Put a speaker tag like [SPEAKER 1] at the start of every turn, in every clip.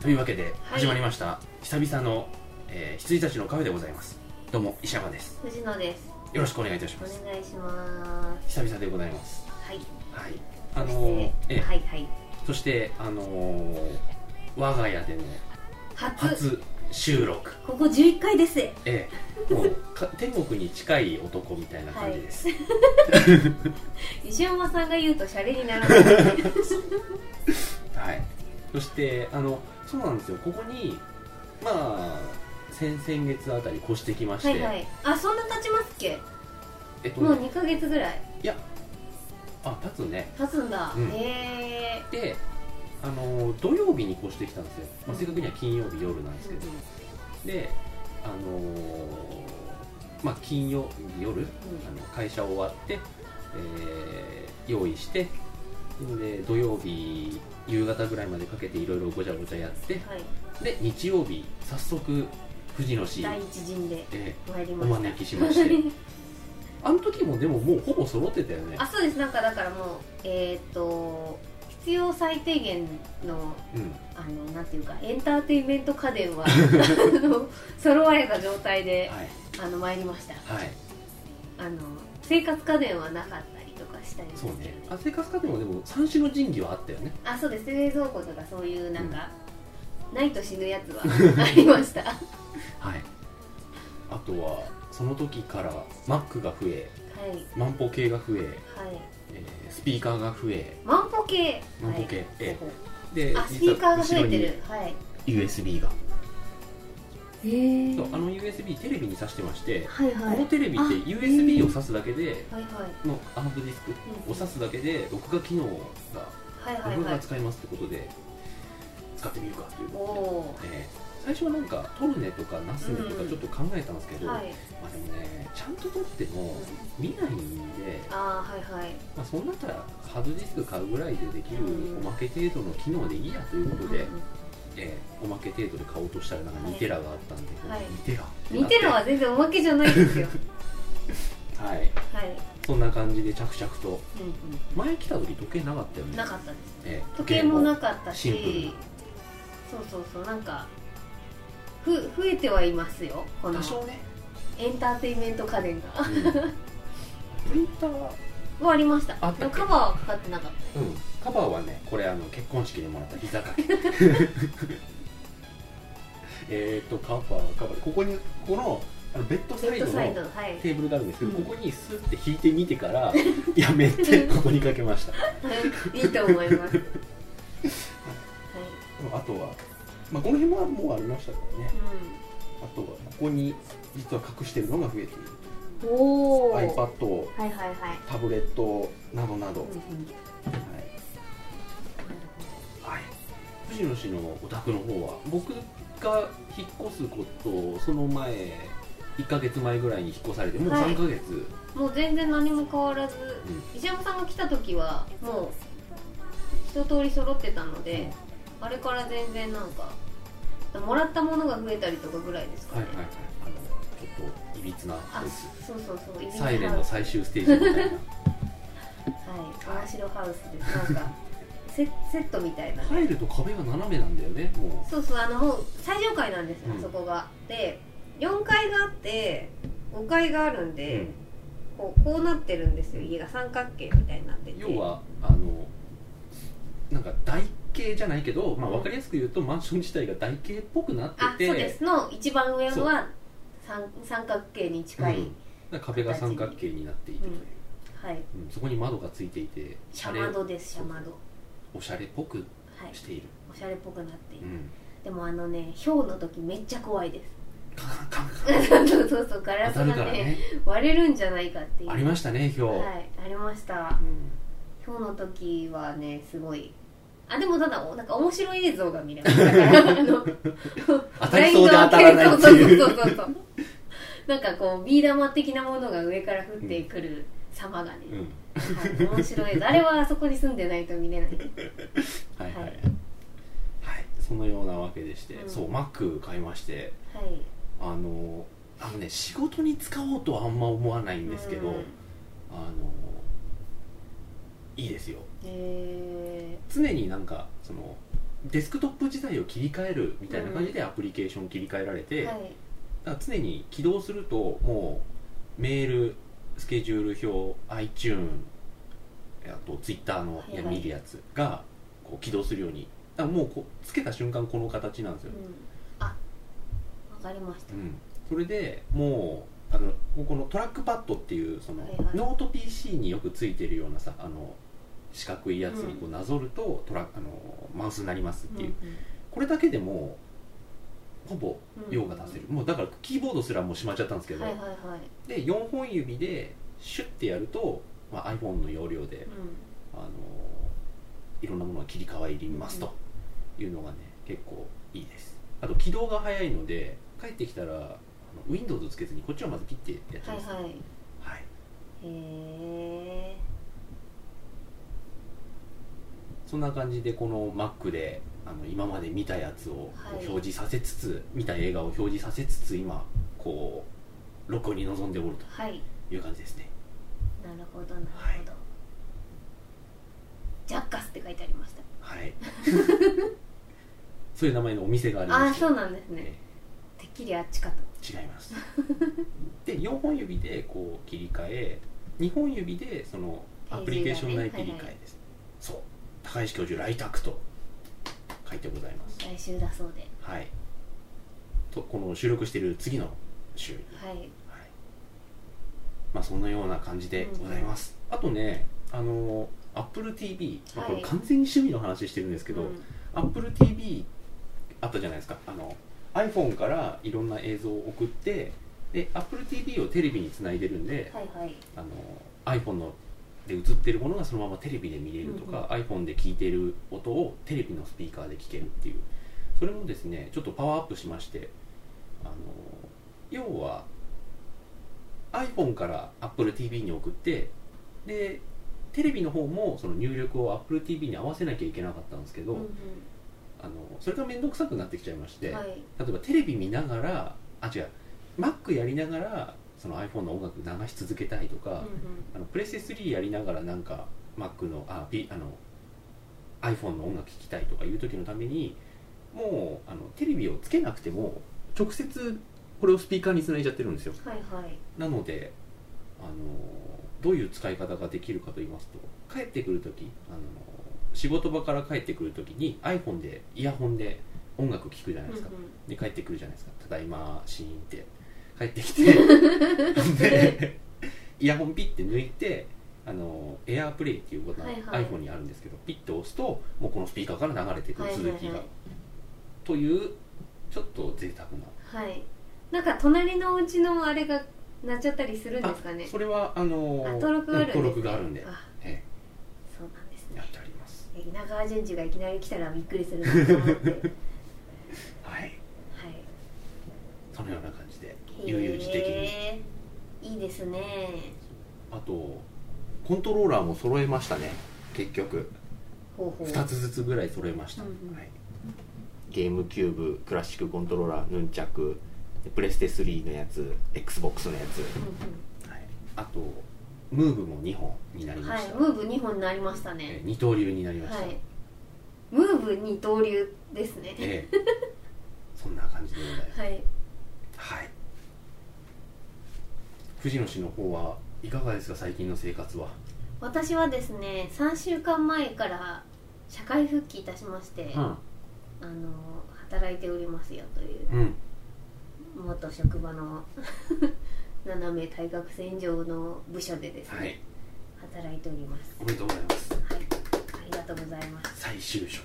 [SPEAKER 1] というわけで
[SPEAKER 2] はい
[SPEAKER 1] 始まりました、久々の、えー羊たちのカフェでございますどうも石山です
[SPEAKER 2] 藤野です
[SPEAKER 1] よろしくお願いいたし
[SPEAKER 2] お
[SPEAKER 1] ます
[SPEAKER 2] 願いしま
[SPEAKER 1] 久々でございます
[SPEAKER 2] すはい
[SPEAKER 1] はい
[SPEAKER 2] そ
[SPEAKER 1] あの
[SPEAKER 2] し
[SPEAKER 1] ー
[SPEAKER 2] て
[SPEAKER 1] ええ
[SPEAKER 2] はいはい
[SPEAKER 1] そしてあのー我が家での
[SPEAKER 2] 初
[SPEAKER 1] 初収録
[SPEAKER 2] ここ11回です
[SPEAKER 1] ええもうか天国に近い男みたいな感じです、
[SPEAKER 2] 石山さんが言うとシャレにならない
[SPEAKER 1] はい、そしてあのそうなんですよここにまあ先々月あたり越してきまし
[SPEAKER 2] は
[SPEAKER 1] て、
[SPEAKER 2] いはいあそんな経ちますっけ
[SPEAKER 1] えっとね
[SPEAKER 2] もう2ヶ月ぐらい
[SPEAKER 1] あ立つね
[SPEAKER 2] 経つんだ、
[SPEAKER 1] うん
[SPEAKER 2] へえ
[SPEAKER 1] であの土曜日に越してきたんですよ、まあ、正確には金曜日夜なんですけど、であのまあ金曜日夜、あの会社終わって、えー用意してで土曜日夕方ぐらいまでかけていろいろごちゃごちゃやって
[SPEAKER 2] はい
[SPEAKER 1] で日曜日早速藤野氏、
[SPEAKER 2] 第一陣で
[SPEAKER 1] え
[SPEAKER 2] 参り
[SPEAKER 1] ー
[SPEAKER 2] まし
[SPEAKER 1] お
[SPEAKER 2] た
[SPEAKER 1] 招きしまして あの時もでももうほぼ揃ってたよね
[SPEAKER 2] あそうですなんかだからもうえーっと必要最低限の
[SPEAKER 1] うん
[SPEAKER 2] あのなんていうかエンターテインメント家電は あの揃われた状態で
[SPEAKER 1] はい
[SPEAKER 2] あの参りました
[SPEAKER 1] はい
[SPEAKER 2] あの生活家電はなかったりとかしたりです
[SPEAKER 1] そ
[SPEAKER 2] け
[SPEAKER 1] う
[SPEAKER 2] ど
[SPEAKER 1] ね
[SPEAKER 2] ね
[SPEAKER 1] あ生活家電もでも三種の神器はあったよね
[SPEAKER 2] あそうです冷蔵庫とかそういうなんか、ないと死ぬやつは ありましたは
[SPEAKER 1] はいあとはその時からマックが増え
[SPEAKER 2] いはい
[SPEAKER 1] 万歩計が増ええースピーカーが増え
[SPEAKER 2] 万歩計
[SPEAKER 1] 万歩計、
[SPEAKER 2] はい
[SPEAKER 1] ええで
[SPEAKER 2] あスピーカーが
[SPEAKER 1] 実
[SPEAKER 2] 増
[SPEAKER 1] は
[SPEAKER 2] えて
[SPEAKER 1] 後
[SPEAKER 2] るはい
[SPEAKER 1] ろに USB が
[SPEAKER 2] へえ
[SPEAKER 1] そうあの USB テレビに挿してまして、
[SPEAKER 2] はいはい
[SPEAKER 1] このテレビって
[SPEAKER 2] あ
[SPEAKER 1] USB を挿すだけで
[SPEAKER 2] はいはい
[SPEAKER 1] のアームディスク
[SPEAKER 2] うん
[SPEAKER 1] を挿すだけで録画機能が
[SPEAKER 2] はいはい
[SPEAKER 1] 録画
[SPEAKER 2] は
[SPEAKER 1] が
[SPEAKER 2] い
[SPEAKER 1] 使えますってことで使ってみるかという
[SPEAKER 2] お
[SPEAKER 1] こと
[SPEAKER 2] お
[SPEAKER 1] で、ええ最初はなんかトルネとかナスネと
[SPEAKER 2] う
[SPEAKER 1] か
[SPEAKER 2] ん
[SPEAKER 1] ちょっと考えたんですけ
[SPEAKER 2] ー
[SPEAKER 1] ど、
[SPEAKER 2] はい
[SPEAKER 1] まあでもねちゃんと撮っても見ないんで、
[SPEAKER 2] ああはいはい
[SPEAKER 1] まあ、そうなったらハードディスク買うぐらいでできる
[SPEAKER 2] うん
[SPEAKER 1] おまけ程度の機能でいいやということで、
[SPEAKER 2] うん
[SPEAKER 1] えーおまけ程度で買おうとしたらなんか2テラがあったんで、
[SPEAKER 2] はい
[SPEAKER 1] 2テラってな
[SPEAKER 2] 見
[SPEAKER 1] って
[SPEAKER 2] るのは全然おまけじゃないですよ
[SPEAKER 1] はい
[SPEAKER 2] はい、
[SPEAKER 1] そんな感じで着々と
[SPEAKER 2] うん
[SPEAKER 1] 前来た時時計なかったよ
[SPEAKER 2] うん、
[SPEAKER 1] ね
[SPEAKER 2] なかったです
[SPEAKER 1] えー
[SPEAKER 2] 時計もなかった
[SPEAKER 1] シンプルな
[SPEAKER 2] しそうそうそうなんかふ増えてはいますよこの
[SPEAKER 1] 多少ね、
[SPEAKER 2] エンターテインメント家電が
[SPEAKER 1] うんプリンターは、
[SPEAKER 2] はありました
[SPEAKER 1] あったっけ
[SPEAKER 2] でもカバーはかかってなかった
[SPEAKER 1] うん、カバーはねこれあの結婚式でもらった膝 掛けえっとカバーカバーここにこのあのベッド
[SPEAKER 2] ベ
[SPEAKER 1] サイ
[SPEAKER 2] ッ
[SPEAKER 1] ド
[SPEAKER 2] ドサイ
[SPEAKER 1] の
[SPEAKER 2] ドはい
[SPEAKER 1] テーブルがあるんですけど、
[SPEAKER 2] うん
[SPEAKER 1] ここにスッて引いてみてから やめてここにかけました
[SPEAKER 2] いいと思い ますはい、
[SPEAKER 1] あとは、まあ、この辺はもうありましたからね
[SPEAKER 2] う
[SPEAKER 1] あとはここに実は隠してるのが増えている
[SPEAKER 2] ん、おお
[SPEAKER 1] iPad
[SPEAKER 2] はいはいはい、
[SPEAKER 1] タブレットなどなど、
[SPEAKER 2] うんうん
[SPEAKER 1] はい、はい、藤野氏のお宅の方は僕が引っ越すことをその前1ヶ月前ぐらいに引っ越されてもう
[SPEAKER 2] はい
[SPEAKER 1] 3ヶ月、
[SPEAKER 2] もう全然何も変わらず、
[SPEAKER 1] う
[SPEAKER 2] 石山さんが来た時はもう一通り揃ってたので、あれから全然なんかもらったものが増えたりとかぐらいですか
[SPEAKER 1] はい
[SPEAKER 2] ね
[SPEAKER 1] はい、はいあのちょっといびつな
[SPEAKER 2] あそうそうそうイビ
[SPEAKER 1] サイレンの
[SPEAKER 2] ハウス
[SPEAKER 1] 最終ステージみたいな
[SPEAKER 2] はいお城ハウスですなんかセセットみたいな
[SPEAKER 1] 入ると壁が斜めなんだよねも
[SPEAKER 2] そうそうあのもう最上階なんですよ、
[SPEAKER 1] うん
[SPEAKER 2] あそこがで4階があって5階があるん
[SPEAKER 1] う、
[SPEAKER 2] で、こうこうなってるんですよ家が三角形みたいになってて
[SPEAKER 1] 要はあのなんか台形じゃないけど、まあ、分かりやすく言うとマンション自体が台形っぽくな
[SPEAKER 2] あ
[SPEAKER 1] っ
[SPEAKER 2] そ
[SPEAKER 1] て
[SPEAKER 2] うで
[SPEAKER 1] て
[SPEAKER 2] すの一番上
[SPEAKER 1] そう
[SPEAKER 2] は三三角形に
[SPEAKER 1] うん
[SPEAKER 2] 近い、
[SPEAKER 1] だから壁が三角形になっていてという、
[SPEAKER 2] はい
[SPEAKER 1] うんそこに窓がついていて
[SPEAKER 2] シャマドですシ
[SPEAKER 1] そ
[SPEAKER 2] ャ
[SPEAKER 1] う
[SPEAKER 2] マド
[SPEAKER 1] おしゃれっぽく
[SPEAKER 2] はい
[SPEAKER 1] している、
[SPEAKER 2] おしゃれっぽくなっている、
[SPEAKER 1] うん、
[SPEAKER 2] でもあのね氷の時めっちゃ怖いです
[SPEAKER 1] カンカンカン
[SPEAKER 2] そうそうそうガラス
[SPEAKER 1] 当たるか
[SPEAKER 2] が
[SPEAKER 1] ら
[SPEAKER 2] ね
[SPEAKER 1] ね
[SPEAKER 2] 割れるんじゃないかっていう
[SPEAKER 1] ありましたね今日、
[SPEAKER 2] はいありました
[SPEAKER 1] うん
[SPEAKER 2] 今日の時はねすごいあでもただおなんか面白い映像が見れましたからあの
[SPEAKER 1] 当たりそうで当たらないっていう
[SPEAKER 2] そうそうそうそうなんかこうビー玉的なものが上から降ってくる様がね、
[SPEAKER 1] うん
[SPEAKER 2] はい、面白いあれはあそこに住んでないと見れない
[SPEAKER 1] はいはい
[SPEAKER 2] は
[SPEAKER 1] はい
[SPEAKER 2] い、
[SPEAKER 1] そのようなわけでして、
[SPEAKER 2] うん
[SPEAKER 1] そうマック買いまして
[SPEAKER 2] はい
[SPEAKER 1] あのあのね仕事に使おうとはあんま思わないんですけど、
[SPEAKER 2] うん
[SPEAKER 1] あのいいですよ
[SPEAKER 2] え
[SPEAKER 1] 常になんかそのデスクトップ自体を切り替えるみたいな感じでアプリケーション切り替えられて、
[SPEAKER 2] は
[SPEAKER 1] だか
[SPEAKER 2] い
[SPEAKER 1] ら常に起動するともうメールスケジュール表 iTune あと Twitter の
[SPEAKER 2] はいはい
[SPEAKER 1] や見るやつがこう起動するようにだからもうこうつけた瞬間この形なんです
[SPEAKER 2] う
[SPEAKER 1] よ、
[SPEAKER 2] ん、あわかりました、
[SPEAKER 1] うん、それでもうあのこのトラックパッドっていうその、
[SPEAKER 2] はいはい
[SPEAKER 1] ノート PC によくついてるようなさあの四角いやつにこうなぞると、トラあのマウスになりますっていう、これだけでもうほぼ用が出せる、もうだからキーボードすらもうしまっちゃったんですけ
[SPEAKER 2] うん
[SPEAKER 1] ど、
[SPEAKER 2] はいはいはい、
[SPEAKER 1] で4本指でシュッてやると、まあ、iPhone の容量で、
[SPEAKER 2] う
[SPEAKER 1] あのいろんなものが切り替わりますというのがね結構いいですあと起動が早いので帰ってきたらあの Windows つけずにこっちはまず切ってやっちゃ
[SPEAKER 2] ん、
[SPEAKER 1] い
[SPEAKER 2] はい
[SPEAKER 1] ます、
[SPEAKER 2] はい
[SPEAKER 1] はい
[SPEAKER 2] へえ
[SPEAKER 1] そんな感じでこの Mac であの今まで見たやつを
[SPEAKER 2] はい
[SPEAKER 1] こう表示させつつ、見た映画を表示させつつ今こう録音に臨んでおる
[SPEAKER 2] はい
[SPEAKER 1] という感じですね
[SPEAKER 2] なるほどなるほど、
[SPEAKER 1] はい
[SPEAKER 2] ジャッカスって書いてありました
[SPEAKER 1] はい そういう名前のお店があり
[SPEAKER 2] ああ
[SPEAKER 1] ま
[SPEAKER 2] ー
[SPEAKER 1] して
[SPEAKER 2] そうなんですね
[SPEAKER 1] え
[SPEAKER 2] てっきりあっちかと
[SPEAKER 1] え違います で4本指でこう切り替え2本指でそのアプリケーション内切り替え
[SPEAKER 2] ページ
[SPEAKER 1] です、
[SPEAKER 2] がねはい
[SPEAKER 1] そう高石教授来宅と書いてございます
[SPEAKER 2] 来週だそうで
[SPEAKER 1] はいとこの収録している次の週に
[SPEAKER 2] はい
[SPEAKER 1] はい、まあそのような感じでございます、あとねあの AppleTV、まあ、こ
[SPEAKER 2] は
[SPEAKER 1] れ
[SPEAKER 2] い
[SPEAKER 1] 完全に趣味の話してるんですけ
[SPEAKER 2] う
[SPEAKER 1] ど、
[SPEAKER 2] ん
[SPEAKER 1] AppleTV あったじゃないですかあの iPhone からいろんな映像を送ってで AppleTV をテレビにつないでるんで、
[SPEAKER 2] はいはい
[SPEAKER 1] あの iPhone ので映ってるものがそのままテレビで見れるとか、iPhone で聞いてる音をテレビのスピーカーで聞けるっていうそれもですねちょっとパワーアップしましてあの要は iPhone から AppleTV に送ってでテレビの方もその入力を AppleTV に合わせなきゃいけなかったんですけど、
[SPEAKER 2] うん
[SPEAKER 1] あのそれが面倒くさくなってきちゃいまし
[SPEAKER 2] う
[SPEAKER 1] て、
[SPEAKER 2] んはい
[SPEAKER 1] 例えばテレビ見ながらあ違う Mac やりながらその iPhone の音楽流し続けたいと
[SPEAKER 2] う
[SPEAKER 1] か
[SPEAKER 2] ん、
[SPEAKER 1] あのプレステ3やりながらなんか Mac のあ、P、あの iPhone の音楽聴きたいとかいう時のためにもうあのテレビをつけなくても直接これをスピーカーにつないじゃってるんですよ
[SPEAKER 2] うんはいはい
[SPEAKER 1] なのであのどういう使い方ができるかと言いますと帰ってくる時あの仕事場から帰ってくる時に iPhone でイヤホンで音楽聴くじゃないですか、
[SPEAKER 2] うんうん
[SPEAKER 1] で帰ってくるじゃないですか「ただいまシーン」って帰ってき てでイヤホンピッて抜いてあのエアープレイっていうボタン、
[SPEAKER 2] はいはい
[SPEAKER 1] iPhone にあるんですけどピッて押すともうこのスピーカーから流れてく
[SPEAKER 2] は
[SPEAKER 1] る
[SPEAKER 2] いはいは
[SPEAKER 1] 続
[SPEAKER 2] い
[SPEAKER 1] きが、というちょっと贅沢
[SPEAKER 2] は
[SPEAKER 1] な
[SPEAKER 2] いなんか隣のお家のあれが鳴っちゃったりするんですかね
[SPEAKER 1] それはあの
[SPEAKER 2] あ登録があるんです、ね、
[SPEAKER 1] 登録があるんで、
[SPEAKER 2] あ
[SPEAKER 1] え
[SPEAKER 2] そうなんです
[SPEAKER 1] えや
[SPEAKER 2] ね
[SPEAKER 1] ってあります
[SPEAKER 2] 稲川淳二がいきなり来たらびっくりするなと思ってはい
[SPEAKER 1] はいそのような感じで悠々自適に
[SPEAKER 2] へえいいですね
[SPEAKER 1] あとコントローラーも揃えましたね結局
[SPEAKER 2] ほうほう
[SPEAKER 1] 2つずつぐらい揃えました、
[SPEAKER 2] うんうん
[SPEAKER 1] はい、ゲームキューブクラシックコントローラーヌンチャクプレステ3のやつ XBOX のや
[SPEAKER 2] う
[SPEAKER 1] つ、
[SPEAKER 2] ん
[SPEAKER 1] はい、あとムーブも2本になり
[SPEAKER 2] うん
[SPEAKER 1] ま
[SPEAKER 2] は
[SPEAKER 1] し
[SPEAKER 2] い
[SPEAKER 1] た、
[SPEAKER 2] ムーブ2本になりました
[SPEAKER 1] え
[SPEAKER 2] ね
[SPEAKER 1] ー二刀流になりました、
[SPEAKER 2] はいムーブ二刀流ですね
[SPEAKER 1] ええそんな感じでございます、
[SPEAKER 2] はい
[SPEAKER 1] はい、藤野氏の方はいかがですか最近の生活は
[SPEAKER 2] 私はですね3週間前から社会復帰いたしまして、
[SPEAKER 1] うん
[SPEAKER 2] あの働いておりますよという
[SPEAKER 1] うん
[SPEAKER 2] 元職場の 斜め対角線上の部署でですね、
[SPEAKER 1] はい
[SPEAKER 2] 働いております
[SPEAKER 1] おめでとうございます
[SPEAKER 2] はいありがとうございます
[SPEAKER 1] 再就職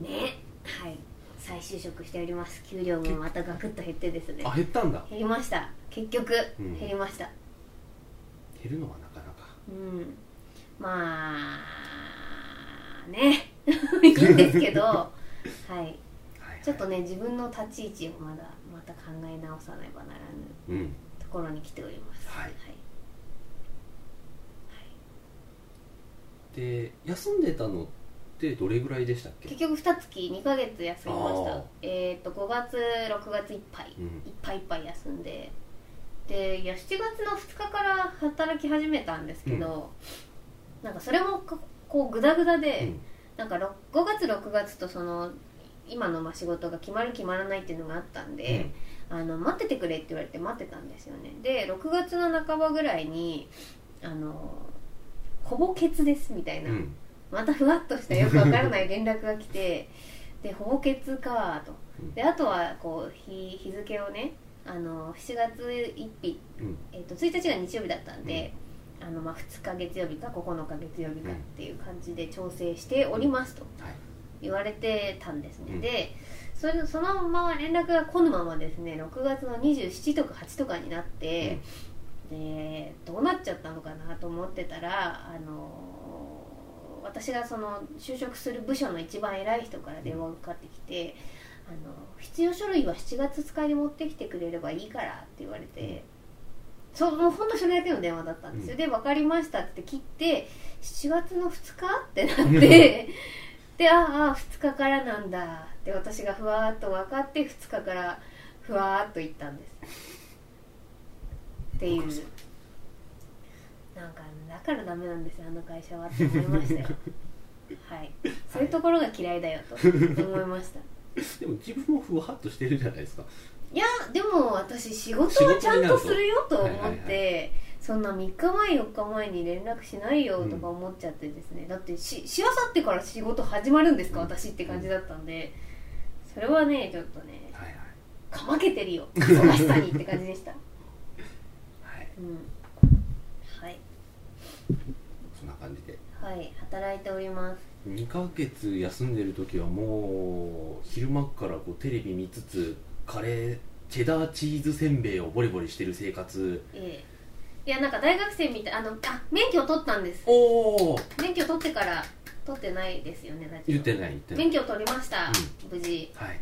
[SPEAKER 2] ねはい再就職しております給料もまたガクッと減ってですね
[SPEAKER 1] あ減ったんだ
[SPEAKER 2] 減りました結局
[SPEAKER 1] うん
[SPEAKER 2] 減りました
[SPEAKER 1] 減るのはなかなか
[SPEAKER 2] うん、まあ ねいいんですけどはい
[SPEAKER 1] はいはい
[SPEAKER 2] ちょっとね自分の立ち位置をまだまた考え直さねばならぬ
[SPEAKER 1] うん
[SPEAKER 2] ところに来ております
[SPEAKER 1] はい
[SPEAKER 2] はい
[SPEAKER 1] で休んでたのってどれぐらいでしたっけ
[SPEAKER 2] 結局2月2ヶ月休みまし
[SPEAKER 1] あー
[SPEAKER 2] たえっ、と5月6月いっぱい
[SPEAKER 1] うん
[SPEAKER 2] いっぱいいっぱい休んででいや7月の2日から働き始めたんですけど、なんかそれもここうグダグダで、
[SPEAKER 1] うん
[SPEAKER 2] なんかろ5月6月とその今のまあ仕事が決まる決まらないっていうのがあったんで、あの待っててくれって言われて待ってたんですよねで6月の半ばぐらいにあのほぼ欠ですみたいな、
[SPEAKER 1] うん
[SPEAKER 2] またふわっとしたよくわからない連絡が来 てでほぼ欠かと
[SPEAKER 1] うん
[SPEAKER 2] であとはこう日日付をねあの7月1日、
[SPEAKER 1] うん
[SPEAKER 2] えっと1日が日曜日だったんで、あのまあ2日月曜日か9日月曜日かっていう感じで調整しておりますと
[SPEAKER 1] はい
[SPEAKER 2] 言われてたんですね、
[SPEAKER 1] うん
[SPEAKER 2] でそれそのまま連絡が来ぬままですね6月の27とか8とかになって、でどうなっちゃったのかなと思ってたらあのー私がその就職する部署の一番偉い人から電話がかかってきて、あの必要書類は7月使いに持ってきてくれればいいからって言われて。そうもうほんとそれだけの電話だったんですよ、
[SPEAKER 1] うん
[SPEAKER 2] で分かりましたって切って7月の2日ってなって でああ2日からなんだって私がふわーっと分かって2日からふわーっと行ったんですっていうなんかだからダメなんですよあの会社はって思いましたよ はいそういうところが嫌いだよと思いました
[SPEAKER 1] でも自分もふわっとしてるじゃないですか
[SPEAKER 2] いやでも私仕事はちゃんとするよと思って、
[SPEAKER 1] 仕事になるとは
[SPEAKER 2] そんな3日前4日前に連絡しないよとか思っちゃってですね、だってししあさってから仕事始まるんですか
[SPEAKER 1] うん
[SPEAKER 2] 私って感じだったんでそれはねちょっとね
[SPEAKER 1] はいはい
[SPEAKER 2] かまけてるよ 忙しさにって感じでした
[SPEAKER 1] はい
[SPEAKER 2] うんはい
[SPEAKER 1] そんな感じで
[SPEAKER 2] はい働いております
[SPEAKER 1] 2ヶ月休んでる時はもう昼間からこうテレビ見つつカレーチェダーチーズせんべいをボリボリしてる生活
[SPEAKER 2] ええいやなんか大学生みたいあのあ免許取ったんです
[SPEAKER 1] おお
[SPEAKER 2] 免許取ってから取ってないですよねラジオ
[SPEAKER 1] 言ってない言ってない
[SPEAKER 2] 免許取りました、無事
[SPEAKER 1] はい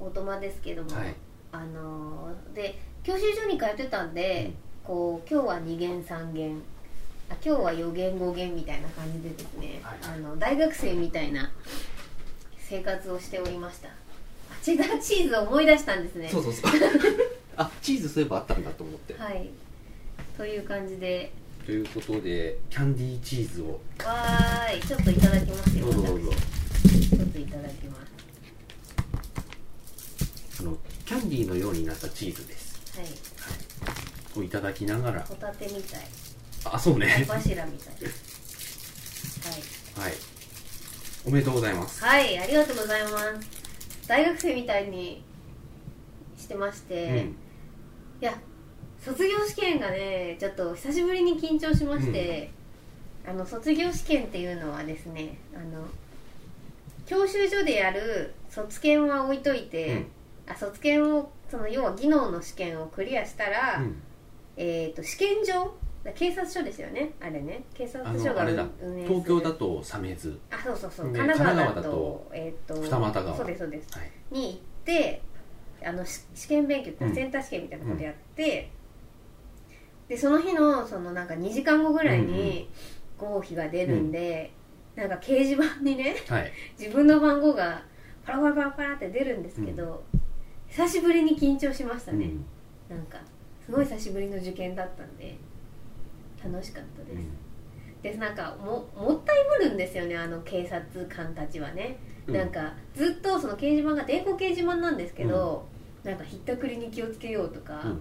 [SPEAKER 2] オートマですけども、
[SPEAKER 1] はい
[SPEAKER 2] あのーで教習所に通ってたんで、こう今日は2限3限あ今日は4限5限みたいな感じでですね、
[SPEAKER 1] はい
[SPEAKER 2] あの大学生みたいな生活をしておりましたあチェダーチーズを思い出したんですね
[SPEAKER 1] そうそうそう あチーズそういえばあったんだと思って
[SPEAKER 2] はいという感じで
[SPEAKER 1] ということでキャンディーチーズを
[SPEAKER 2] わーいちょっといただきますよ
[SPEAKER 1] どうぞどうぞ
[SPEAKER 2] 私ちょっといただきま
[SPEAKER 1] あのキャンディーのようになったチーズです
[SPEAKER 2] すはい
[SPEAKER 1] をいただきながら
[SPEAKER 2] ホタテみたい
[SPEAKER 1] あそうね
[SPEAKER 2] 小柱みたい
[SPEAKER 1] はいおめでとうございます
[SPEAKER 2] はい、はい、ありがとうございます大学生みたいにしてまして、
[SPEAKER 1] うん
[SPEAKER 2] いや卒業試験がねちょっと久しぶりに緊張しまして、あの卒業試験っていうのはですねあの教習所でやる卒検は置いといて、あ卒検をその要は技能の試験をクリアしたら、
[SPEAKER 1] うん
[SPEAKER 2] えっ、と試験場だ警察署ですよねあれね警察署が
[SPEAKER 1] あのあれだ
[SPEAKER 2] 運営する
[SPEAKER 1] 東京だとサメズ
[SPEAKER 2] あそうそうそう、
[SPEAKER 1] ね
[SPEAKER 2] 神奈川だ
[SPEAKER 1] 神奈川だ
[SPEAKER 2] と
[SPEAKER 1] と
[SPEAKER 2] えっ、と
[SPEAKER 1] 二俣川
[SPEAKER 2] そうですそうです
[SPEAKER 1] はい
[SPEAKER 2] に行ってあのし試験勉強こう
[SPEAKER 1] うん
[SPEAKER 2] センター試験みたいなことやって、でその日のそのなんか2時間後ぐらいに合否が出るんで、なんか掲示板にね
[SPEAKER 1] はい
[SPEAKER 2] 自分の番号がパラパラパラパラって出るんですけど、久しぶりに緊張しました
[SPEAKER 1] う
[SPEAKER 2] ね、
[SPEAKER 1] ん
[SPEAKER 2] なんかすごい久しぶりの受験だったんで楽しかったです、でなんかももったいぶるんですよねあの警察官たちはね
[SPEAKER 1] うん
[SPEAKER 2] なんかずっとその掲示板が電光掲示板なんですけど、なんかひったくりに気をつけようとか、
[SPEAKER 1] うん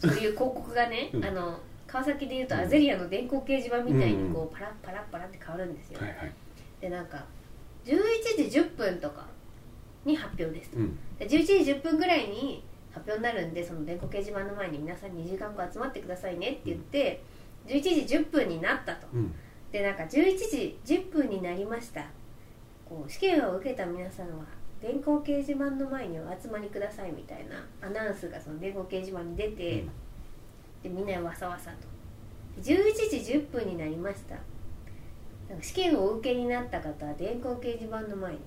[SPEAKER 2] そういう広告がね、
[SPEAKER 1] うん
[SPEAKER 2] あの川崎でいうと
[SPEAKER 1] うん
[SPEAKER 2] アゼリアの電光掲示板みたいに
[SPEAKER 1] う
[SPEAKER 2] こうパラッパラッパラって変わるんですよ、
[SPEAKER 1] はいはい
[SPEAKER 2] でなんか11時10分とかに発表ですと
[SPEAKER 1] うん
[SPEAKER 2] で11時10分ぐらいに発表になるんでその電光掲示板の前に皆さん2時間後集まってくださいねって言って、11時10分になったと
[SPEAKER 1] うん
[SPEAKER 2] でなんか11時10分になりましたこう試験を受けた皆さんは電光掲示板の前にお集まりくださいみたいなアナウンスがその電光掲示板に出て、
[SPEAKER 1] うん
[SPEAKER 2] でみんなわさわさと11時10分になりましたなんか試験をお受けになった方は電光掲示板の前に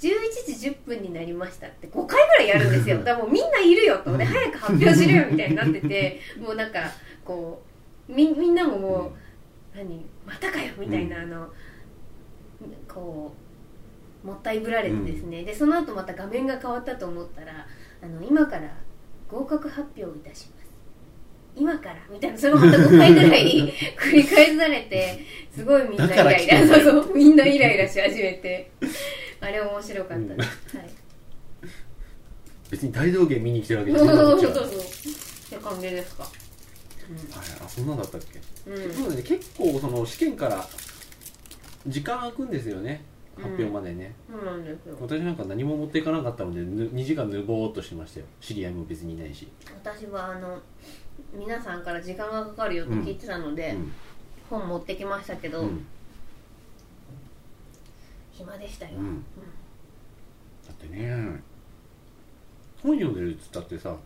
[SPEAKER 2] 11時10分になりましたって5回ぐらいやるんですよだからもうみんないるよとで早く発表しろよみたいになっててもうなんかこうみみんなももう、何またかよみたいな、
[SPEAKER 1] う
[SPEAKER 2] あのこうもったいぶられてですね、でその後また画面が変わったと思ったらあの今から合格発表いたします今からみたいなそれもまた5回ぐら い繰り返されてすごいみんなイ
[SPEAKER 1] だから
[SPEAKER 2] ラ
[SPEAKER 1] 来
[SPEAKER 2] イ
[SPEAKER 1] た
[SPEAKER 2] ラ
[SPEAKER 1] んだ
[SPEAKER 2] そう
[SPEAKER 1] よ
[SPEAKER 2] そうみんなイライラし始めて あれ面白かったです、はい
[SPEAKER 1] 別に大道芸見に来てるわけじゃ
[SPEAKER 2] そう
[SPEAKER 1] ないんだ
[SPEAKER 2] そう
[SPEAKER 1] こっち
[SPEAKER 2] そ
[SPEAKER 1] は
[SPEAKER 2] うそうって感じですか
[SPEAKER 1] あれあそんなんだったっけ
[SPEAKER 2] うん、うん
[SPEAKER 1] そうだね結構その試験から時間空くんですよね発表までね、
[SPEAKER 2] そうなんですよ
[SPEAKER 1] 私なんか何も持っていかなかったのでぬ2時間ぬぼーっとしてましたよ知り合いも別にいないし、
[SPEAKER 2] 私はあの皆さんから時間がかかるよって聞いてたの
[SPEAKER 1] う
[SPEAKER 2] で、
[SPEAKER 1] ん
[SPEAKER 2] 本持ってきましたけど、
[SPEAKER 1] うん
[SPEAKER 2] 暇でしたよ、
[SPEAKER 1] うんだってね本読んでるっつったってさ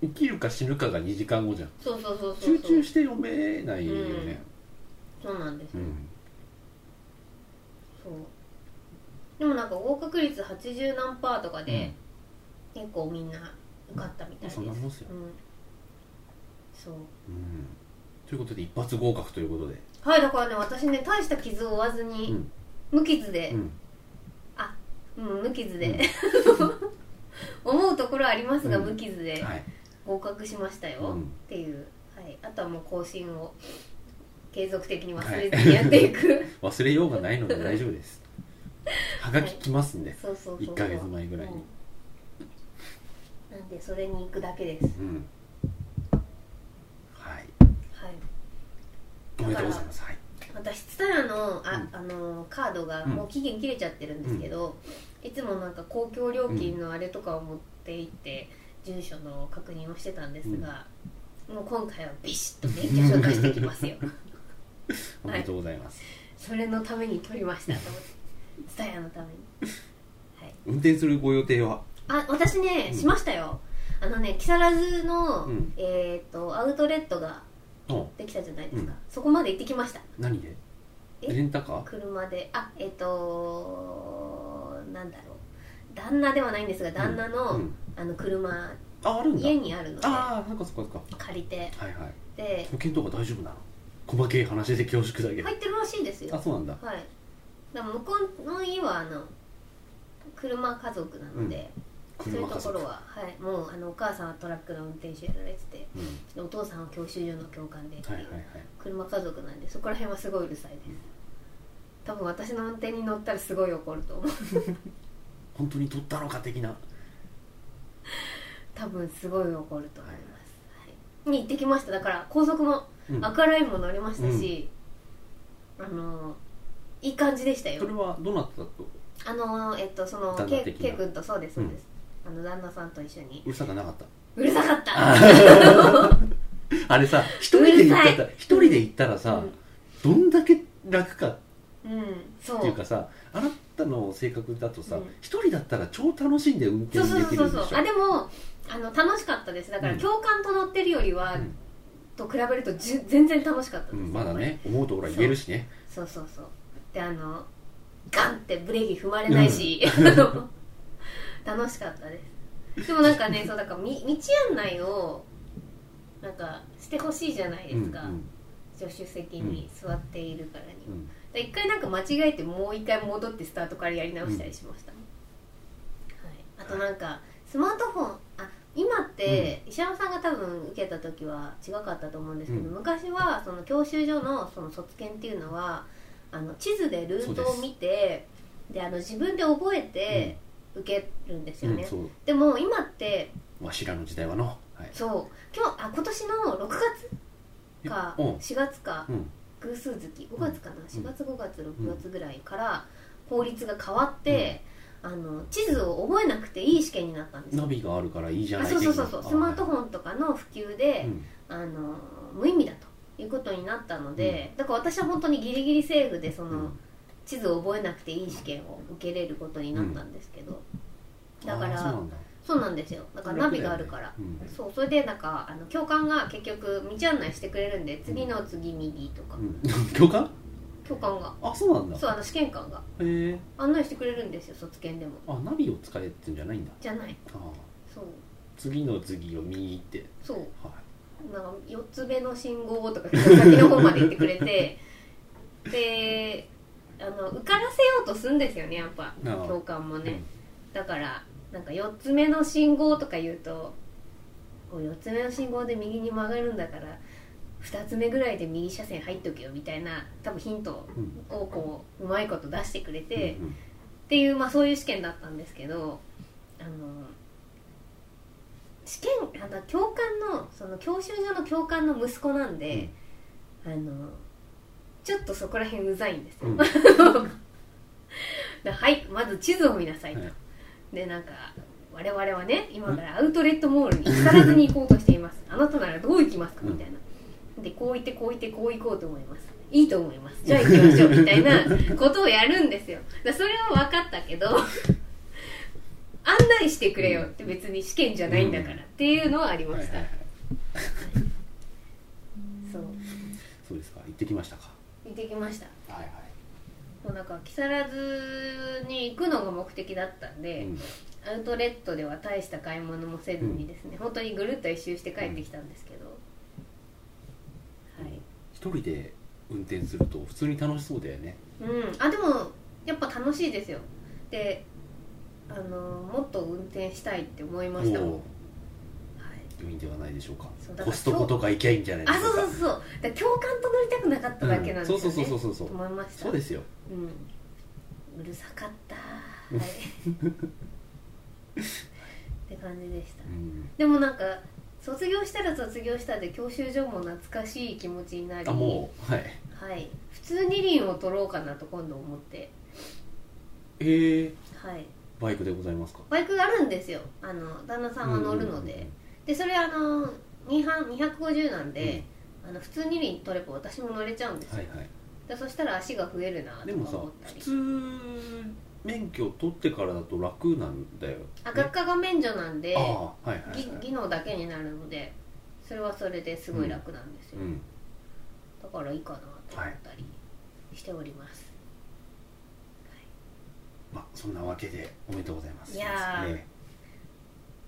[SPEAKER 1] 生きるか死ぬかが2時間後じゃん
[SPEAKER 2] そうそうそうそう
[SPEAKER 1] 集
[SPEAKER 2] そう
[SPEAKER 1] 中して読めないよね
[SPEAKER 2] そうなんです
[SPEAKER 1] う
[SPEAKER 2] よ、
[SPEAKER 1] ん
[SPEAKER 2] そうでもなんか合格率80何パーとかで、結構みんな受かったみたいです、
[SPEAKER 1] そんなもんっすよ
[SPEAKER 2] うんそう
[SPEAKER 1] うんということで一発合格ということで
[SPEAKER 2] はいだからね私ね大した傷を負わずに、
[SPEAKER 1] うん
[SPEAKER 2] 無傷で
[SPEAKER 1] う、ん
[SPEAKER 2] うん、無傷で、 思うところはありますが、
[SPEAKER 1] うん
[SPEAKER 2] 無傷で
[SPEAKER 1] はい
[SPEAKER 2] 合格しましたよ、
[SPEAKER 1] うん
[SPEAKER 2] っていう、はい、あとはもう更新を継続的に忘れずにやっていく、
[SPEAKER 1] 忘れようがないので大丈夫ですはがき来ますんで
[SPEAKER 2] そうそうそうそう
[SPEAKER 1] 1ヶ月前ぐらいに
[SPEAKER 2] うんなんでそれに行くだけです
[SPEAKER 1] うんはい
[SPEAKER 2] はい
[SPEAKER 1] おめでとうございますはい
[SPEAKER 2] 私ツタヤのあ、
[SPEAKER 1] うん
[SPEAKER 2] あのーカードが
[SPEAKER 1] うん
[SPEAKER 2] もう期限切れちゃってるんですけど、いつもなんか公共料金のあれとかを持って行って、住所の確認をしてたんですが、もう今回はビシッと免許証出してきます よ
[SPEAKER 1] おめでとうございます、
[SPEAKER 2] それのために取りましたと思ってツタヤのために
[SPEAKER 1] 運転するご予定は
[SPEAKER 2] あ私ね、
[SPEAKER 1] うん
[SPEAKER 2] しましたよあのね木更津の、
[SPEAKER 1] うん
[SPEAKER 2] えっ、とアウトレットが
[SPEAKER 1] うん
[SPEAKER 2] できたじゃないですか、
[SPEAKER 1] うん
[SPEAKER 2] そこまで行ってきました
[SPEAKER 1] 何で
[SPEAKER 2] え
[SPEAKER 1] レンタカー
[SPEAKER 2] 車であえっ、となんだろう旦那ではないんですが旦那の,、
[SPEAKER 1] うん、
[SPEAKER 2] あの車
[SPEAKER 1] ああるんだ
[SPEAKER 2] 家にあるので
[SPEAKER 1] ああそっかそっかそっか
[SPEAKER 2] 借りて
[SPEAKER 1] はいはい
[SPEAKER 2] で
[SPEAKER 1] 保険とか大丈夫なの細けい話で恐縮だけど、
[SPEAKER 2] 入ってるらしいですよ
[SPEAKER 1] あそうなんだ
[SPEAKER 2] はいだから向こうの家はあの車家族なので、そうい
[SPEAKER 1] 車
[SPEAKER 2] うと
[SPEAKER 1] か
[SPEAKER 2] こ
[SPEAKER 1] そ
[SPEAKER 2] ろは、はい、もうあのお母さんはトラックの運転手やられてて
[SPEAKER 1] うん、
[SPEAKER 2] でお父さんは教習所の教官でってい
[SPEAKER 1] は
[SPEAKER 2] う、
[SPEAKER 1] いはいはい
[SPEAKER 2] 車家族なんでそこら辺はすごいうるさいです多分私の運転に乗ったらすごい怒ると思う
[SPEAKER 1] 本当に取ったのか的な
[SPEAKER 2] 多分すごい怒ると思います、はい、に行ってきましただから高速も
[SPEAKER 1] うん
[SPEAKER 2] 赤ラインも乗りましたし、あのいい感じでした
[SPEAKER 1] そ
[SPEAKER 2] よ
[SPEAKER 1] れはどなたと
[SPEAKER 2] あのえっとその
[SPEAKER 1] 旦那
[SPEAKER 2] ケイ
[SPEAKER 1] 的な
[SPEAKER 2] ケイ君とそうですそうです、あの旦那さんと一緒に
[SPEAKER 1] うるさくなかった
[SPEAKER 2] うるさかった
[SPEAKER 1] あれさ一人で行っ
[SPEAKER 2] うる
[SPEAKER 1] た
[SPEAKER 2] さ
[SPEAKER 1] ら一人で行ったらさ、どんだけ楽かっ
[SPEAKER 2] うん、うんそう
[SPEAKER 1] ていうかさあなたの性格だとさ
[SPEAKER 2] うん
[SPEAKER 1] 一、人だったら超楽しんで運転
[SPEAKER 2] そうそう
[SPEAKER 1] で
[SPEAKER 2] そう
[SPEAKER 1] き
[SPEAKER 2] そ
[SPEAKER 1] る
[SPEAKER 2] うん
[SPEAKER 1] でし
[SPEAKER 2] そ
[SPEAKER 1] ょ
[SPEAKER 2] うあでもあの楽しかったですだから
[SPEAKER 1] うん
[SPEAKER 2] 共感と乗ってるよりは、
[SPEAKER 1] うん
[SPEAKER 2] と比べるとじゅ全然楽しかった
[SPEAKER 1] う
[SPEAKER 2] です、
[SPEAKER 1] ん、まだね思うところは言えるしね
[SPEAKER 2] そうそうそうであのガンってブレーキ踏まれないし、 楽しかったですでもなん かねそうだからみ道案内をなんかしてほしいじゃないですか、
[SPEAKER 1] うん
[SPEAKER 2] 助手席に座っているからに
[SPEAKER 1] うんうん
[SPEAKER 2] で一回なんか間違えてもう一回戻ってスタートからやり直したりしました、はい、あとなんかスマートフォンあ今って石山さんが多分受けた時は違かったと思うんですけど、
[SPEAKER 1] うん
[SPEAKER 2] 昔はその教習所のその卒検っていうのはあの地図でルートを見てであの自分で覚えて受けるんです
[SPEAKER 1] う
[SPEAKER 2] よ
[SPEAKER 1] ん
[SPEAKER 2] ね、
[SPEAKER 1] そう
[SPEAKER 2] でも今って
[SPEAKER 1] わしらの時代はの、はい、
[SPEAKER 2] そう今日あ今年の6月か
[SPEAKER 1] うん
[SPEAKER 2] 4月か
[SPEAKER 1] うん
[SPEAKER 2] 偶数月5月かな4月5月
[SPEAKER 1] うん
[SPEAKER 2] 6月ぐらいから法律が変わって、あの地図を覚えなくていい試験になったんです
[SPEAKER 1] ナ
[SPEAKER 2] よ
[SPEAKER 1] ビがあるからいいじゃ
[SPEAKER 2] あ
[SPEAKER 1] ない
[SPEAKER 2] そうそうそうそうスマート
[SPEAKER 1] ォ
[SPEAKER 2] フォンとかの普及で、あの無意味だということになったので、だから私は本当にギリギリセーフでその、地図を覚えなくていい試験を受けれることになったんですけど、だから
[SPEAKER 1] そうなんだ
[SPEAKER 2] そうなんですよだからナビがあるから、
[SPEAKER 1] うん
[SPEAKER 2] そうそれでなんかあの教官が結局道案内してくれるんで次の次右とか、
[SPEAKER 1] うん、 教官
[SPEAKER 2] 教官が
[SPEAKER 1] あそうなんだへ
[SPEAKER 2] そうあの試験官が
[SPEAKER 1] え
[SPEAKER 2] 案内してくれるんですよ卒検でも
[SPEAKER 1] あナビを使えってんじゃないんだ
[SPEAKER 2] じゃない
[SPEAKER 1] ああ
[SPEAKER 2] そう
[SPEAKER 1] 次の次を右って
[SPEAKER 2] そう
[SPEAKER 1] はい
[SPEAKER 2] なんか4つ目の信号とか先の方まで行ってくれてであの受からせようとするんですよねやっぱ
[SPEAKER 1] ああ
[SPEAKER 2] 教官もねだからなんか4つ目の信号とか言うとこう4つ目の信号で右に曲がるんだから2つ目ぐらいで右車線入っとけよみたいな多分ヒント
[SPEAKER 1] うん
[SPEAKER 2] をこううまいこと出してくれて、
[SPEAKER 1] うん
[SPEAKER 2] っていう、まあ、そういう試験だったんですけどあの試験あの教官のその教習所の教官の息子なんで、あのちょっとそこら辺うざいんですよ。
[SPEAKER 1] うん
[SPEAKER 2] ではいまず地図を見なさいと、
[SPEAKER 1] はい
[SPEAKER 2] でなんか我々はね今からアウトレットモールに木更津に行こうとしていますあなたならどう行きますかみたいなでこう行ってこう行ってこう行こうと思いますいいと思いますじゃあ行きましょうみたいな ことをやるんですよだそれは分かったけど案内してくれよって別に試験じゃないんだからっていうのはあり
[SPEAKER 1] うん
[SPEAKER 2] ま
[SPEAKER 1] はい
[SPEAKER 2] し
[SPEAKER 1] は
[SPEAKER 2] た、
[SPEAKER 1] いはい
[SPEAKER 2] そう
[SPEAKER 1] そうですか行ってきましたか
[SPEAKER 2] 行ってきました
[SPEAKER 1] はいは
[SPEAKER 2] もうなんか木更津に行くのが目的だったん
[SPEAKER 1] い
[SPEAKER 2] で、
[SPEAKER 1] うん
[SPEAKER 2] アウトレットでは大した買い物もせずにですね、本当にぐるっと一周して帰ってきたんですけど、はい
[SPEAKER 1] 一人で運転すると普通に楽しそうだよね
[SPEAKER 2] うん、あでもやっぱ楽しいですよであのもっと運転したいって思いましたもん、はい
[SPEAKER 1] お、ーいいんではないでしょうか
[SPEAKER 2] そうだから
[SPEAKER 1] コストコとか行きゃいいんじゃないで
[SPEAKER 2] あ
[SPEAKER 1] す
[SPEAKER 2] そう
[SPEAKER 1] か
[SPEAKER 2] そうそうだから共感と乗りたくなかっただけなんですよね、
[SPEAKER 1] そうそうそうそうそう
[SPEAKER 2] 思いました
[SPEAKER 1] そうですよ
[SPEAKER 2] うん、うるさかったはい って感じでした
[SPEAKER 1] うん
[SPEAKER 2] でもなんか卒業したら卒業したで教習所も懐かしい気持ちになり
[SPEAKER 1] あもうはい
[SPEAKER 2] はい、普通二輪を取ろうかなと今度思って、
[SPEAKER 1] えー、
[SPEAKER 2] はい、
[SPEAKER 1] バイクでございますか
[SPEAKER 2] バイクがあるんですよあの旦那さんは乗るので、でそれあの2班250なんで、あの普通二輪取れば私も乗れちゃうんです
[SPEAKER 1] うん
[SPEAKER 2] よ、
[SPEAKER 1] はいはい
[SPEAKER 2] でそしたら足が増えるなとか
[SPEAKER 1] でもさ
[SPEAKER 2] 思った
[SPEAKER 1] 普
[SPEAKER 2] り
[SPEAKER 1] 通免許取ってからだと楽なんだよ、ね、
[SPEAKER 2] あ学科が免除なんで、
[SPEAKER 1] ああはいはい、はい
[SPEAKER 2] ぎ技能だけになるのでそれはそれですごい楽なんですよ、
[SPEAKER 1] うん、
[SPEAKER 2] だからいいかなと思ったりしております、
[SPEAKER 1] まあそんなわけでおめでとうございます
[SPEAKER 2] いやー
[SPEAKER 1] ね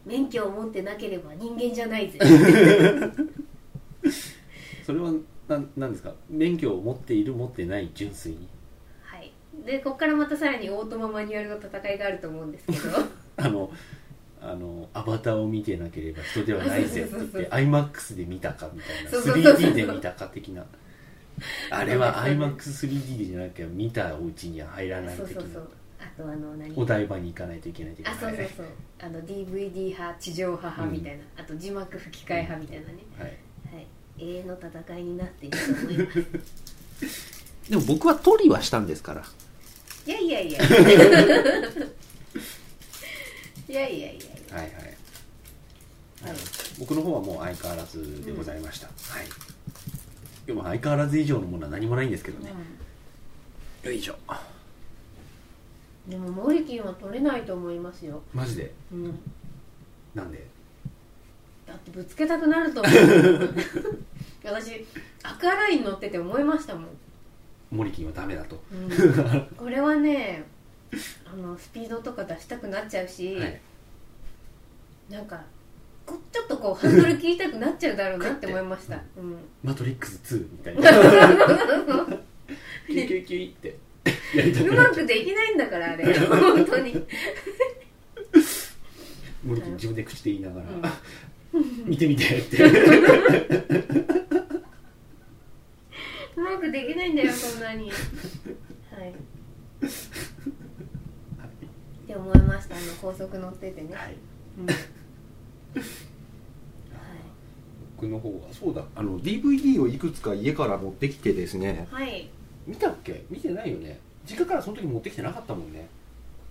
[SPEAKER 2] 免許を持ってなければ人間じゃないぜ
[SPEAKER 1] それはなんなんですか免許を持っている持ってない純粋に
[SPEAKER 2] はいでここからまたさらにオートママニュアルの戦いがあると思うんですけ ど
[SPEAKER 1] あのあのアバターを見てなければ人ではないぜって言っ
[SPEAKER 2] そうそう
[SPEAKER 1] て IMAX で見たかみたいな
[SPEAKER 2] そうそうそうそう
[SPEAKER 1] 3D で見たか的なあれは IMAX3D じゃなきゃ見たお家には入らない
[SPEAKER 2] そう
[SPEAKER 1] 的
[SPEAKER 2] そうそ
[SPEAKER 1] な
[SPEAKER 2] うあとあの何
[SPEAKER 1] お台場に行かないといけない的な
[SPEAKER 2] あそうそうそうあの DVD 派地上派派みたいな、あと字幕吹き替え派みたいなね、
[SPEAKER 1] はい、
[SPEAKER 2] はい、永遠の戦いになっていると思い ます
[SPEAKER 1] でも僕は取りはしたんですから
[SPEAKER 2] いやいやいやいやいやいやいや
[SPEAKER 1] はいはい、
[SPEAKER 2] はい
[SPEAKER 1] 僕の方はもう相変わらずでございました、はいでも相変わらず以上のものは何もないんですけどね、よいしょ
[SPEAKER 2] でもモリキンは取れないと思いますよ、
[SPEAKER 1] マジで
[SPEAKER 2] うん、
[SPEAKER 1] なんで
[SPEAKER 2] だってぶつけたくなると思う私赤ライン乗ってて思いましたもん、
[SPEAKER 1] モリキンはダメだと、
[SPEAKER 2] うん、これはねあのスピードとか出したくなっちゃうし、
[SPEAKER 1] はい
[SPEAKER 2] なんかこちょっとこうハンドル切りたくなっちゃうだろうなって思いましたうん
[SPEAKER 1] マトリックス2みたいなキュイキュイキュイってやりた
[SPEAKER 2] う
[SPEAKER 1] くな
[SPEAKER 2] ま
[SPEAKER 1] い
[SPEAKER 2] くできないんだからあれ本当に、うん、
[SPEAKER 1] モリキン自分で口で言いながら、
[SPEAKER 2] うん
[SPEAKER 1] 見て見てって
[SPEAKER 2] うまくできないんだよそんなにはいって思いましたあの高速乗っててね、
[SPEAKER 1] はい
[SPEAKER 2] うんはい、
[SPEAKER 1] 僕の方はそうだ
[SPEAKER 3] あの DVD をいくつか家から持ってきてですね
[SPEAKER 2] はい、
[SPEAKER 1] 見たっけ見てないよね実家からその時持ってきてなかったもんね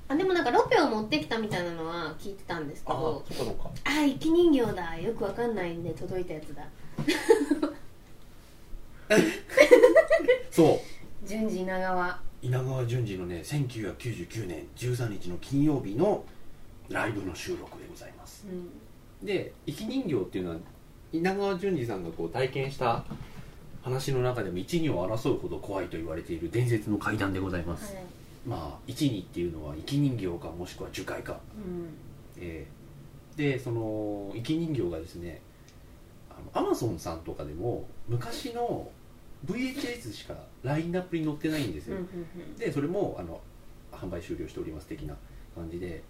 [SPEAKER 2] あでもなんかロペを持ってきたみたいなのは聞いてたんですけど
[SPEAKER 3] そっかそっか
[SPEAKER 2] ああ生き人形だよくわかんないんで届いたやつだ
[SPEAKER 1] そう
[SPEAKER 2] 順次稲川
[SPEAKER 1] 稲川淳二のね1999年13日の金曜日のライブの収録でございます
[SPEAKER 2] うん
[SPEAKER 1] で「生き人形」っていうのは稲川淳二さんがこう体験した話の中でも一二を争うほど怖いと言われている伝説の怪談でございま
[SPEAKER 2] は
[SPEAKER 1] す、
[SPEAKER 2] い
[SPEAKER 1] まあ一二っていうのは生き人形かもしくは樹海か、
[SPEAKER 2] うん
[SPEAKER 1] えーでその生き人形がですねアマゾンさんとかでも昔の VHS しかラインナップに載ってないんです
[SPEAKER 2] うん
[SPEAKER 1] よ、
[SPEAKER 2] うん
[SPEAKER 1] でそれもあの販売終了しております的な感じで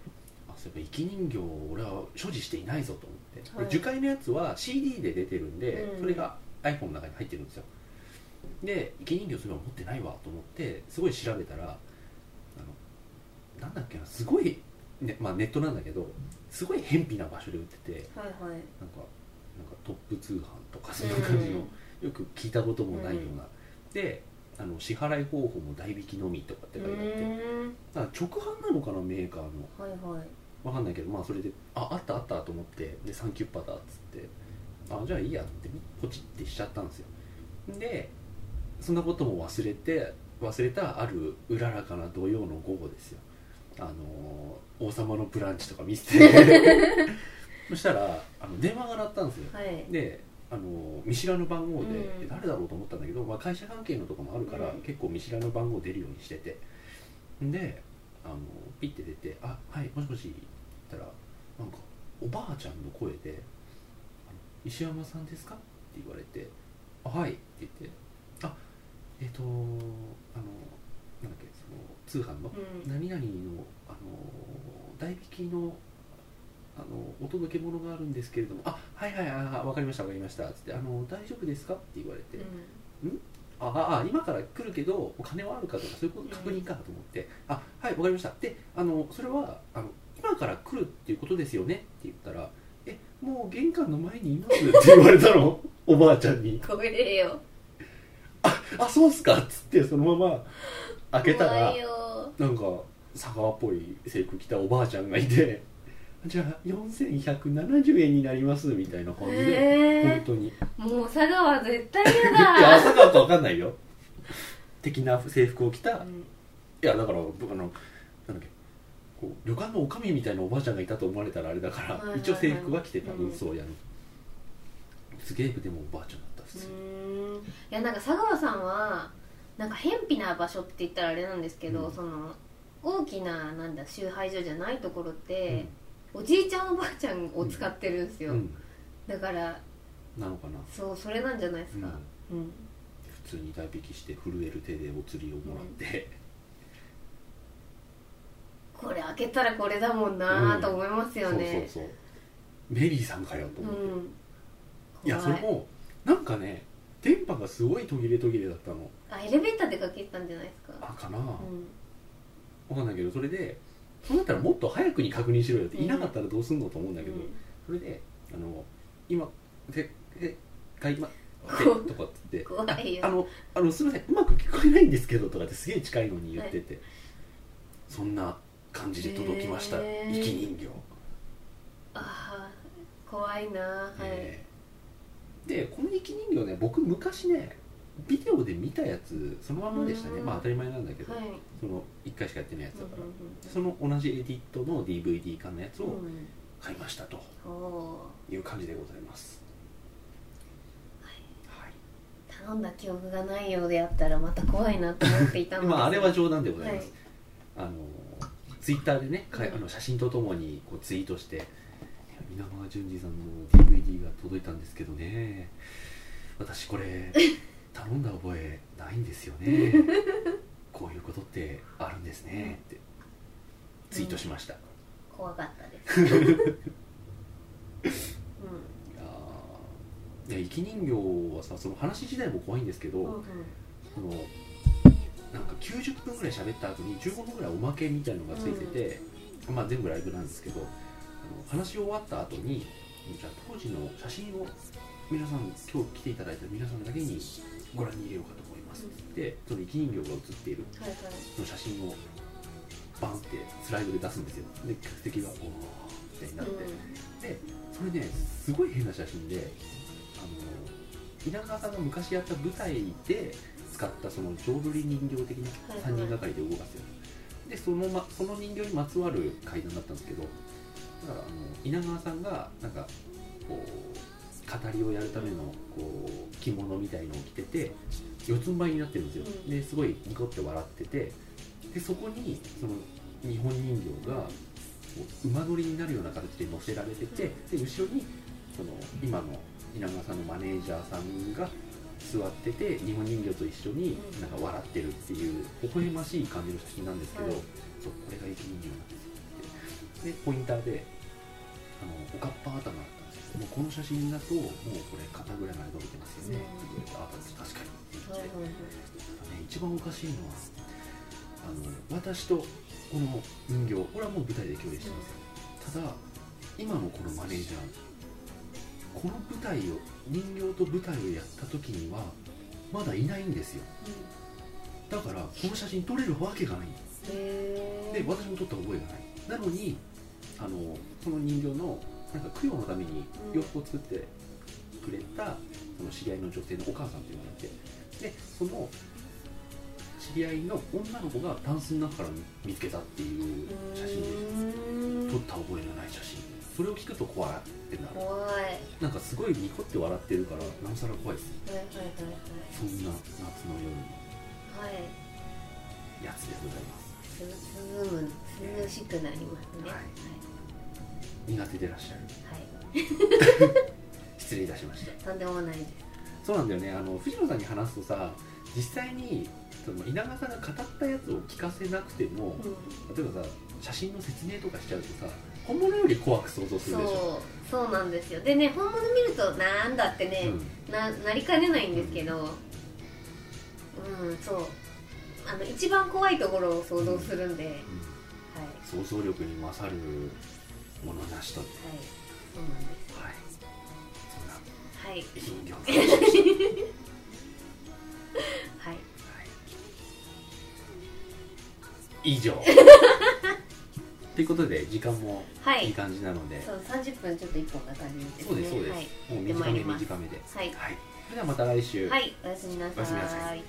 [SPEAKER 1] あそういえば生き人形を俺は所持していないぞと思って、
[SPEAKER 2] はい
[SPEAKER 1] で樹海のやつは CD で出てるんで、
[SPEAKER 2] うん
[SPEAKER 1] それが iPhone の中に入ってるんですよで生き人形そういえば持ってないわと思ってすごい調べたらあのなんだっけなすごい、ねまあ、ネットなんだけどすごい偏僻な場所で売ってて
[SPEAKER 2] はいはい
[SPEAKER 1] なんかなんかトップ通販とかそんな感じの、よく聞いたこともないような、であの支払い方法も代引きのみとかって
[SPEAKER 2] う
[SPEAKER 1] 書いてあって、
[SPEAKER 2] ーん
[SPEAKER 1] だから直販なのかなメーカーの
[SPEAKER 2] はいはい
[SPEAKER 1] わかんないけどまあそれでああったあったと思ってでサンキュッパだっつってあじゃあいいやってポチってしちゃったんですよでそんなことも忘れて忘れたあるうららかな土曜の午後ですよあのー王様のブランチ」とか見せて そしたらあの電話が鳴ったんですよ
[SPEAKER 2] はい
[SPEAKER 1] であの見知らぬ番号で、
[SPEAKER 2] うん
[SPEAKER 1] 誰だろうと思ったんだけど、まあ、会社関係のとかもあるから、
[SPEAKER 2] うん
[SPEAKER 1] 結構見知らぬ番号出るようにしててであのピッて出て「あはいもしもし」って言ったらなんかおばあちゃんの声であの「石山さんですか?」って言われて「あはい」って言って「あえっ、とあのなんだっけその通販の
[SPEAKER 2] うん
[SPEAKER 1] 何々のあの代引きのあのお届け物があるんですけれども「あはいはいはいはいわかりましたわかりました」つって「あの大丈夫ですか?」って言われて「あああ今から来るけどお金はあるか?」とかそういうこと確認かと思って「あはいわかりました」であのそれはあの「今から来るっていうことですよね」って言ったら「えもう玄関の前にいます」って言われたのおばあちゃんに
[SPEAKER 2] うんこれよ
[SPEAKER 1] 「あそうっすか」っつってそのまま開けたら
[SPEAKER 2] 怖い。よ
[SPEAKER 1] なんか佐川っぽい制服着たおばあちゃんがいて じゃあ4170円になりますみたいな感じで、本
[SPEAKER 2] え
[SPEAKER 1] 当に
[SPEAKER 2] ー、もう佐賀は絶対
[SPEAKER 1] いや
[SPEAKER 2] 嫌だ
[SPEAKER 1] 朝川かわかんないよ的な制服を着た、
[SPEAKER 2] う
[SPEAKER 1] い
[SPEAKER 2] ん
[SPEAKER 1] やだから僕あのなんだっけこう旅館の女将みたいなおばあちゃんがいたと思われたらあれだから、
[SPEAKER 2] はいはいはい
[SPEAKER 1] 一応制服は着てた
[SPEAKER 2] うん
[SPEAKER 1] 運送屋の、すげえでもおばあちゃんだった普
[SPEAKER 2] う
[SPEAKER 1] 通に、
[SPEAKER 2] ーんいやなんか佐川さんはなんか偏僻な場所って言ったらあれなんですけど、
[SPEAKER 1] うん
[SPEAKER 2] その大きななんだ集配所じゃないところっ
[SPEAKER 1] う
[SPEAKER 2] て
[SPEAKER 1] ん、
[SPEAKER 2] おじいちゃんおばあちゃんを使ってるんですよ、
[SPEAKER 1] うん
[SPEAKER 2] だから
[SPEAKER 1] なのかな、
[SPEAKER 2] そうそれなんじゃないですか
[SPEAKER 1] うん
[SPEAKER 2] うん、
[SPEAKER 1] 普通に代引きして震える手でお釣りをもらって、
[SPEAKER 2] これ開けたらこれだもんなーと思いますよね
[SPEAKER 1] そうそうそうメリーさんかよと
[SPEAKER 2] う
[SPEAKER 1] 思って、
[SPEAKER 2] ん
[SPEAKER 1] いやそれ
[SPEAKER 2] 怖
[SPEAKER 1] もなんかね電波がすごい途切れ途切れだったの
[SPEAKER 2] あエレベーターでかけたんじゃないです
[SPEAKER 1] あ
[SPEAKER 2] か
[SPEAKER 1] かな、
[SPEAKER 2] うん
[SPEAKER 1] わかんないけどそれでそうなったらもっと早くに確認しろよっていなかったらどうすんのと思うんだけど、それであの今でで買い まで
[SPEAKER 2] 怖い
[SPEAKER 1] とかっつって
[SPEAKER 2] 怖いよ
[SPEAKER 1] あのあのすみませんうまく聞こえないんですけどとかってすげえ近いのに言ってて、そんな感じで届きました、
[SPEAKER 2] へー
[SPEAKER 1] 生き人形
[SPEAKER 2] あー怖いなーはい、
[SPEAKER 1] えーでこの生き人形ね僕昔ねビデオで見たやつそのまんまでしたね
[SPEAKER 2] うん
[SPEAKER 1] まあ当たり前なんだけど、
[SPEAKER 2] はい
[SPEAKER 1] その1回しかやってないやつだから、
[SPEAKER 2] う
[SPEAKER 1] その同じエディットの DVD 化のやつ
[SPEAKER 2] んうん
[SPEAKER 1] を
[SPEAKER 2] うんうん
[SPEAKER 1] 買いましたと
[SPEAKER 2] お
[SPEAKER 1] いう感じでございます、はい
[SPEAKER 2] ー頼んだ記憶がないようであったらまた怖いなと思っていたので
[SPEAKER 1] まああれは
[SPEAKER 2] はい
[SPEAKER 1] 冗談でございます、あのツイッターでねかいあの写真とともにこうツイートしていや「皆川淳二さんの DVD が届いたんですけどね私これ頼んだ覚えないんですよねこういうことってあるんですね」ってツイートしました、
[SPEAKER 2] 怖かったです、 う
[SPEAKER 1] いやーいや生き人形はさその話自体も怖いんですけど、
[SPEAKER 2] んうんうん、
[SPEAKER 1] そのなんか90分ぐらい喋った後に15分ぐらいおまけみたいのがついてて、まあ全部ライブなんですけどあの話し終わった後にじゃあ当時の写真を皆さん今日来ていただいた皆さんだけにご覧に入れようかと思いますって言ってその生き人形が写っている
[SPEAKER 2] はいはい
[SPEAKER 1] その写真をバンってスライドで出すんですよで客席がおーってなって、でそれねすごい変な写真であの稲川さんが昔やった舞台で使ったその浄瑠璃人形的な
[SPEAKER 2] はいはい
[SPEAKER 1] 3人がかりで動かすよ、でその,、ま、その人形にまつわる階段だったんですけどだからあの稲川さんがなんかこう語りをやるためのこう着物みたいのを着てて四つん這いになってるんですよ、
[SPEAKER 2] うん
[SPEAKER 1] ですごいニコって笑っててでそこにその日本人形がこう馬乗りになるような形で乗せられてて、で後ろにその今の稲川さんのマネージャーさんが座ってて日本人形と一緒に
[SPEAKER 2] うん
[SPEAKER 1] なんか笑ってるっていう微笑ましい感じの写真なんですけど、
[SPEAKER 2] はい
[SPEAKER 1] そうこれが生き人形なんですよってでポインターであのおかっぱ頭だったんですよもうこの写真だともうこれ肩ぐらいまで伸びてますよねって言われてあ確かにって言って、
[SPEAKER 2] はいはいはい
[SPEAKER 1] ね一番おかしいのはあの私とこの人形これはもう舞台で共演してますよただ今のこのマネージャーこの舞台を人形と舞台をやった時にはまだいないんですよだからこの写真撮れるわけがないんです
[SPEAKER 2] うんへ
[SPEAKER 1] で
[SPEAKER 2] ー
[SPEAKER 1] 私も撮った覚えがないなのにあのその人形のなんか供養のために洋服を作ってくれたその知り合いの女性のお母さんというのがいてでその知り合いの女の子がタンスの中から見つけたっていう写真で
[SPEAKER 2] う
[SPEAKER 1] 撮っ
[SPEAKER 2] ん
[SPEAKER 1] た覚えのない写真それを聞くと怖いってなる
[SPEAKER 2] 怖いはいはいはいはい
[SPEAKER 1] なんかすごいニコって笑ってるからなおさら怖いですそんな夏の夜の
[SPEAKER 2] はい
[SPEAKER 1] やつでございます
[SPEAKER 2] す涼む涼しくなりますね
[SPEAKER 1] は
[SPEAKER 2] はいい
[SPEAKER 1] 苦手でらっしゃる
[SPEAKER 2] はい
[SPEAKER 1] 失礼いたしました
[SPEAKER 2] とんでもないです
[SPEAKER 1] そうなんだよねあの藤野さんに話すとさ実際にその稲川さんが語ったやつを聞かせなくても例えばさ写真の説明とかしちゃうとさ本物より怖く想像する
[SPEAKER 2] そ
[SPEAKER 1] でしょ
[SPEAKER 2] うそうなんですよでね本物見るとなんだってね、
[SPEAKER 1] ん
[SPEAKER 2] ななりかねないんですけどうんそうあの一番怖いところを想像するんで、はいはい
[SPEAKER 1] 想像力に勝るものなしとはい
[SPEAKER 2] そうなんです
[SPEAKER 1] そ
[SPEAKER 2] はい
[SPEAKER 1] んな人形の話でした
[SPEAKER 2] はい
[SPEAKER 1] はい 以上ということで時間も
[SPEAKER 2] はい
[SPEAKER 1] い
[SPEAKER 2] い
[SPEAKER 1] 感じなので、
[SPEAKER 2] そう30分ちょっと一本が足りないですね
[SPEAKER 1] そうですそうです、
[SPEAKER 2] はい
[SPEAKER 1] もう
[SPEAKER 2] 行ってま
[SPEAKER 1] 短
[SPEAKER 2] い
[SPEAKER 1] め
[SPEAKER 2] ります
[SPEAKER 1] 短めで
[SPEAKER 2] はい
[SPEAKER 1] はい、それではまた来週、
[SPEAKER 2] はい、おやすみなさ
[SPEAKER 1] おやすみなさ
[SPEAKER 2] い